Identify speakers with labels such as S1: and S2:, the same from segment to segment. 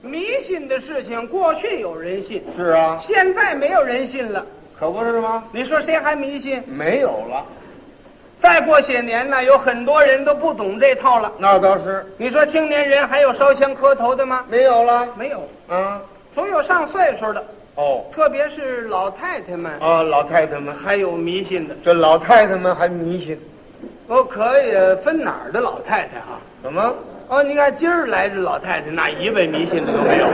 S1: 迷信的事情，过去有人信，
S2: 是啊，
S1: 现在没有人信了。
S2: 可不是吗？
S1: 你说谁还迷信？
S2: 没有了，
S1: 再过些年呢，有很多人都不懂这套了。
S2: 那倒是
S1: 你说青年人还有烧香磕头的吗？
S2: 没有了
S1: 没有，
S2: 啊。
S1: 总有上岁数的，
S2: 哦，
S1: 特别是老太太们，
S2: 啊，老太太们，
S1: 还有迷信的。
S2: 这老太太们还迷信，
S1: 哦，可以分哪儿的老太太啊？
S2: 怎么？
S1: 哦，你看今儿来这老太太，那一位迷信的都没有。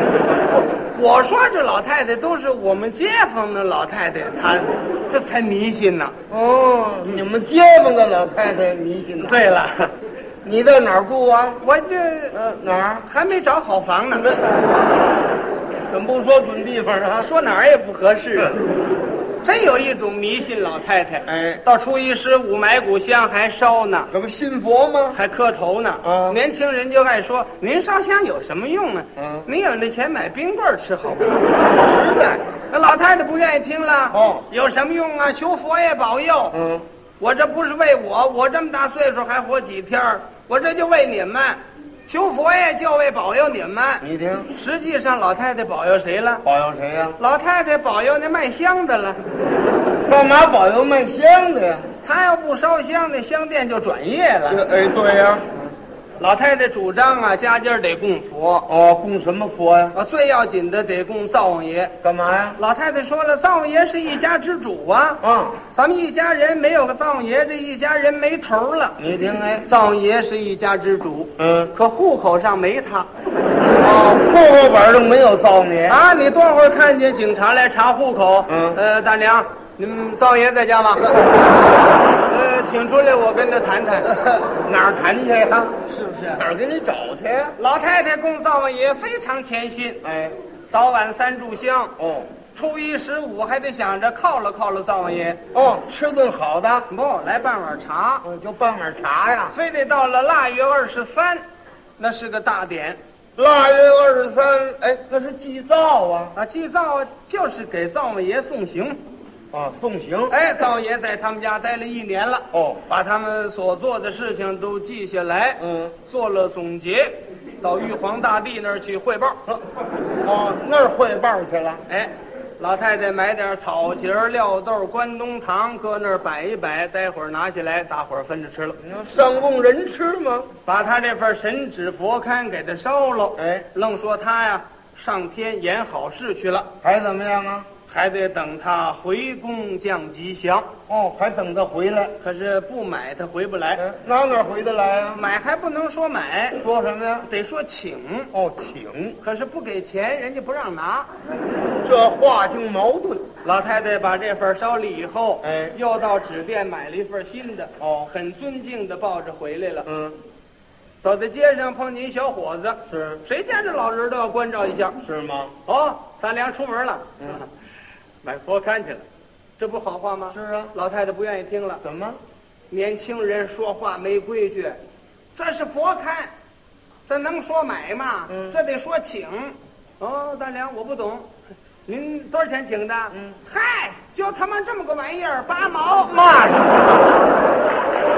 S1: 我说这老太太都是我们街坊的老太太，她这才迷信呢。
S2: 哦，你们街坊的老太太迷信呢？
S1: 对了，
S2: 你在哪儿住啊？
S1: 我这
S2: 呃，哪儿？呃
S1: 还没找好房呢，
S2: 怎么不说准地方啊？
S1: 说哪儿也不合适。真有一种迷信老太太，
S2: 哎，
S1: 到初一十五买股香还烧呢，
S2: 这不信佛吗？
S1: 还磕头呢。
S2: 啊
S1: 年轻人就爱说：“您烧香有什么用呢？
S2: 嗯
S1: 您有那钱买冰棍儿吃好不好？”
S2: 实在，
S1: 那老太太不愿意听了。
S2: 哦，
S1: 有什么用啊？求佛爷保佑。
S2: 嗯，
S1: 我这不是为我，我这么大岁数还活几天儿我这就为你们，求佛爷就为保佑你们。
S2: 你听，
S1: 实际上，老太太保佑谁了？
S2: 保佑谁呀、
S1: 老太太保佑那卖香的了。
S2: 干嘛保佑卖香的呀？
S1: 她要不烧香，那香店就转业了。
S2: 哎，对呀、
S1: 老太太主张啊，家家得供佛，
S2: 哦，供什么佛呀、
S1: 啊，最要紧的得供灶王爷。
S2: 干嘛呀？
S1: 老太太说了，灶王爷是一家之主啊，
S2: 啊，
S1: 咱们一家人没有个灶王爷，这一家人没头儿了。
S2: 你听哎，
S1: 灶王爷是一家之主，
S2: 嗯，
S1: 可户口上没他
S2: 啊，户口本上没有造孽，
S1: 啊！你多会儿看见警察来查户口？
S2: 嗯
S1: 呃，大娘，你们灶王爷在家吗？呃，请出来，我跟他谈 谈，
S2: 哪儿谈去呀、
S1: 是不是？
S2: 哪儿给你找去呀、
S1: 啊老太太供灶王爷非常虔心，
S2: 哎，
S1: 早晚三炷香，
S2: 哦，
S1: 初一十五还得想着犒劳犒劳灶王爷。
S2: 哦，吃顿好的，
S1: 不，来半碗茶，
S2: 我就办碗茶呀。
S1: 非得到了腊月二十三，那是个大典
S2: 腊月二十三，哎，那是祭灶啊，
S1: 啊！祭灶就是给灶王爷送行。
S2: 啊，送行。
S1: 哎，灶爷在他们家待了一年了，
S2: 哦，
S1: 把他们所做的事情都记下来，
S2: 嗯，
S1: 做了总结，到玉皇大帝那儿去汇报。
S2: 哦，那儿汇报去了。
S1: 哎，老太太买点草节儿、料豆、关东糖，搁那儿摆一摆，待会儿拿下来，大伙儿分着吃了。
S2: 你说上供人吃吗？
S1: 把他这份神纸佛龛给他烧了，
S2: 哎，
S1: 愣说他呀上天演好事去了，
S2: 还怎么样啊？
S1: 还得等他回宫降吉祥。
S2: 哦，还等他回来。
S1: 可是不买他回不来，
S2: 嗯，哪哪回得来啊？
S1: 买还不能说买，
S2: 说什么呀？
S1: 得说请，
S2: 哦，请，
S1: 可是不给钱，人家不让拿。
S2: 这话就矛盾。
S1: 老太太把这份烧了以后，
S2: 哎
S1: 又到纸店买了一份新的，
S2: 哦，
S1: 很尊敬的抱着回来了。
S2: 嗯，
S1: 走在街上碰见一小伙子，
S2: 是
S1: 谁见着老人都要关照一下。
S2: 是吗？
S1: 哦，咱俩出门了，
S2: 嗯
S1: 买佛龛去了，这不好话吗？
S2: 是啊，
S1: 老太太不愿意听了，
S2: 怎么？
S1: 年轻人说话没规矩，这是佛龛，这能说买吗？
S2: 嗯
S1: 这得说请。哦，大娘，我不懂，您多少钱请的？
S2: 嗯，
S1: 嗨，就他妈这么个玩意儿，八毛。
S2: 骂上。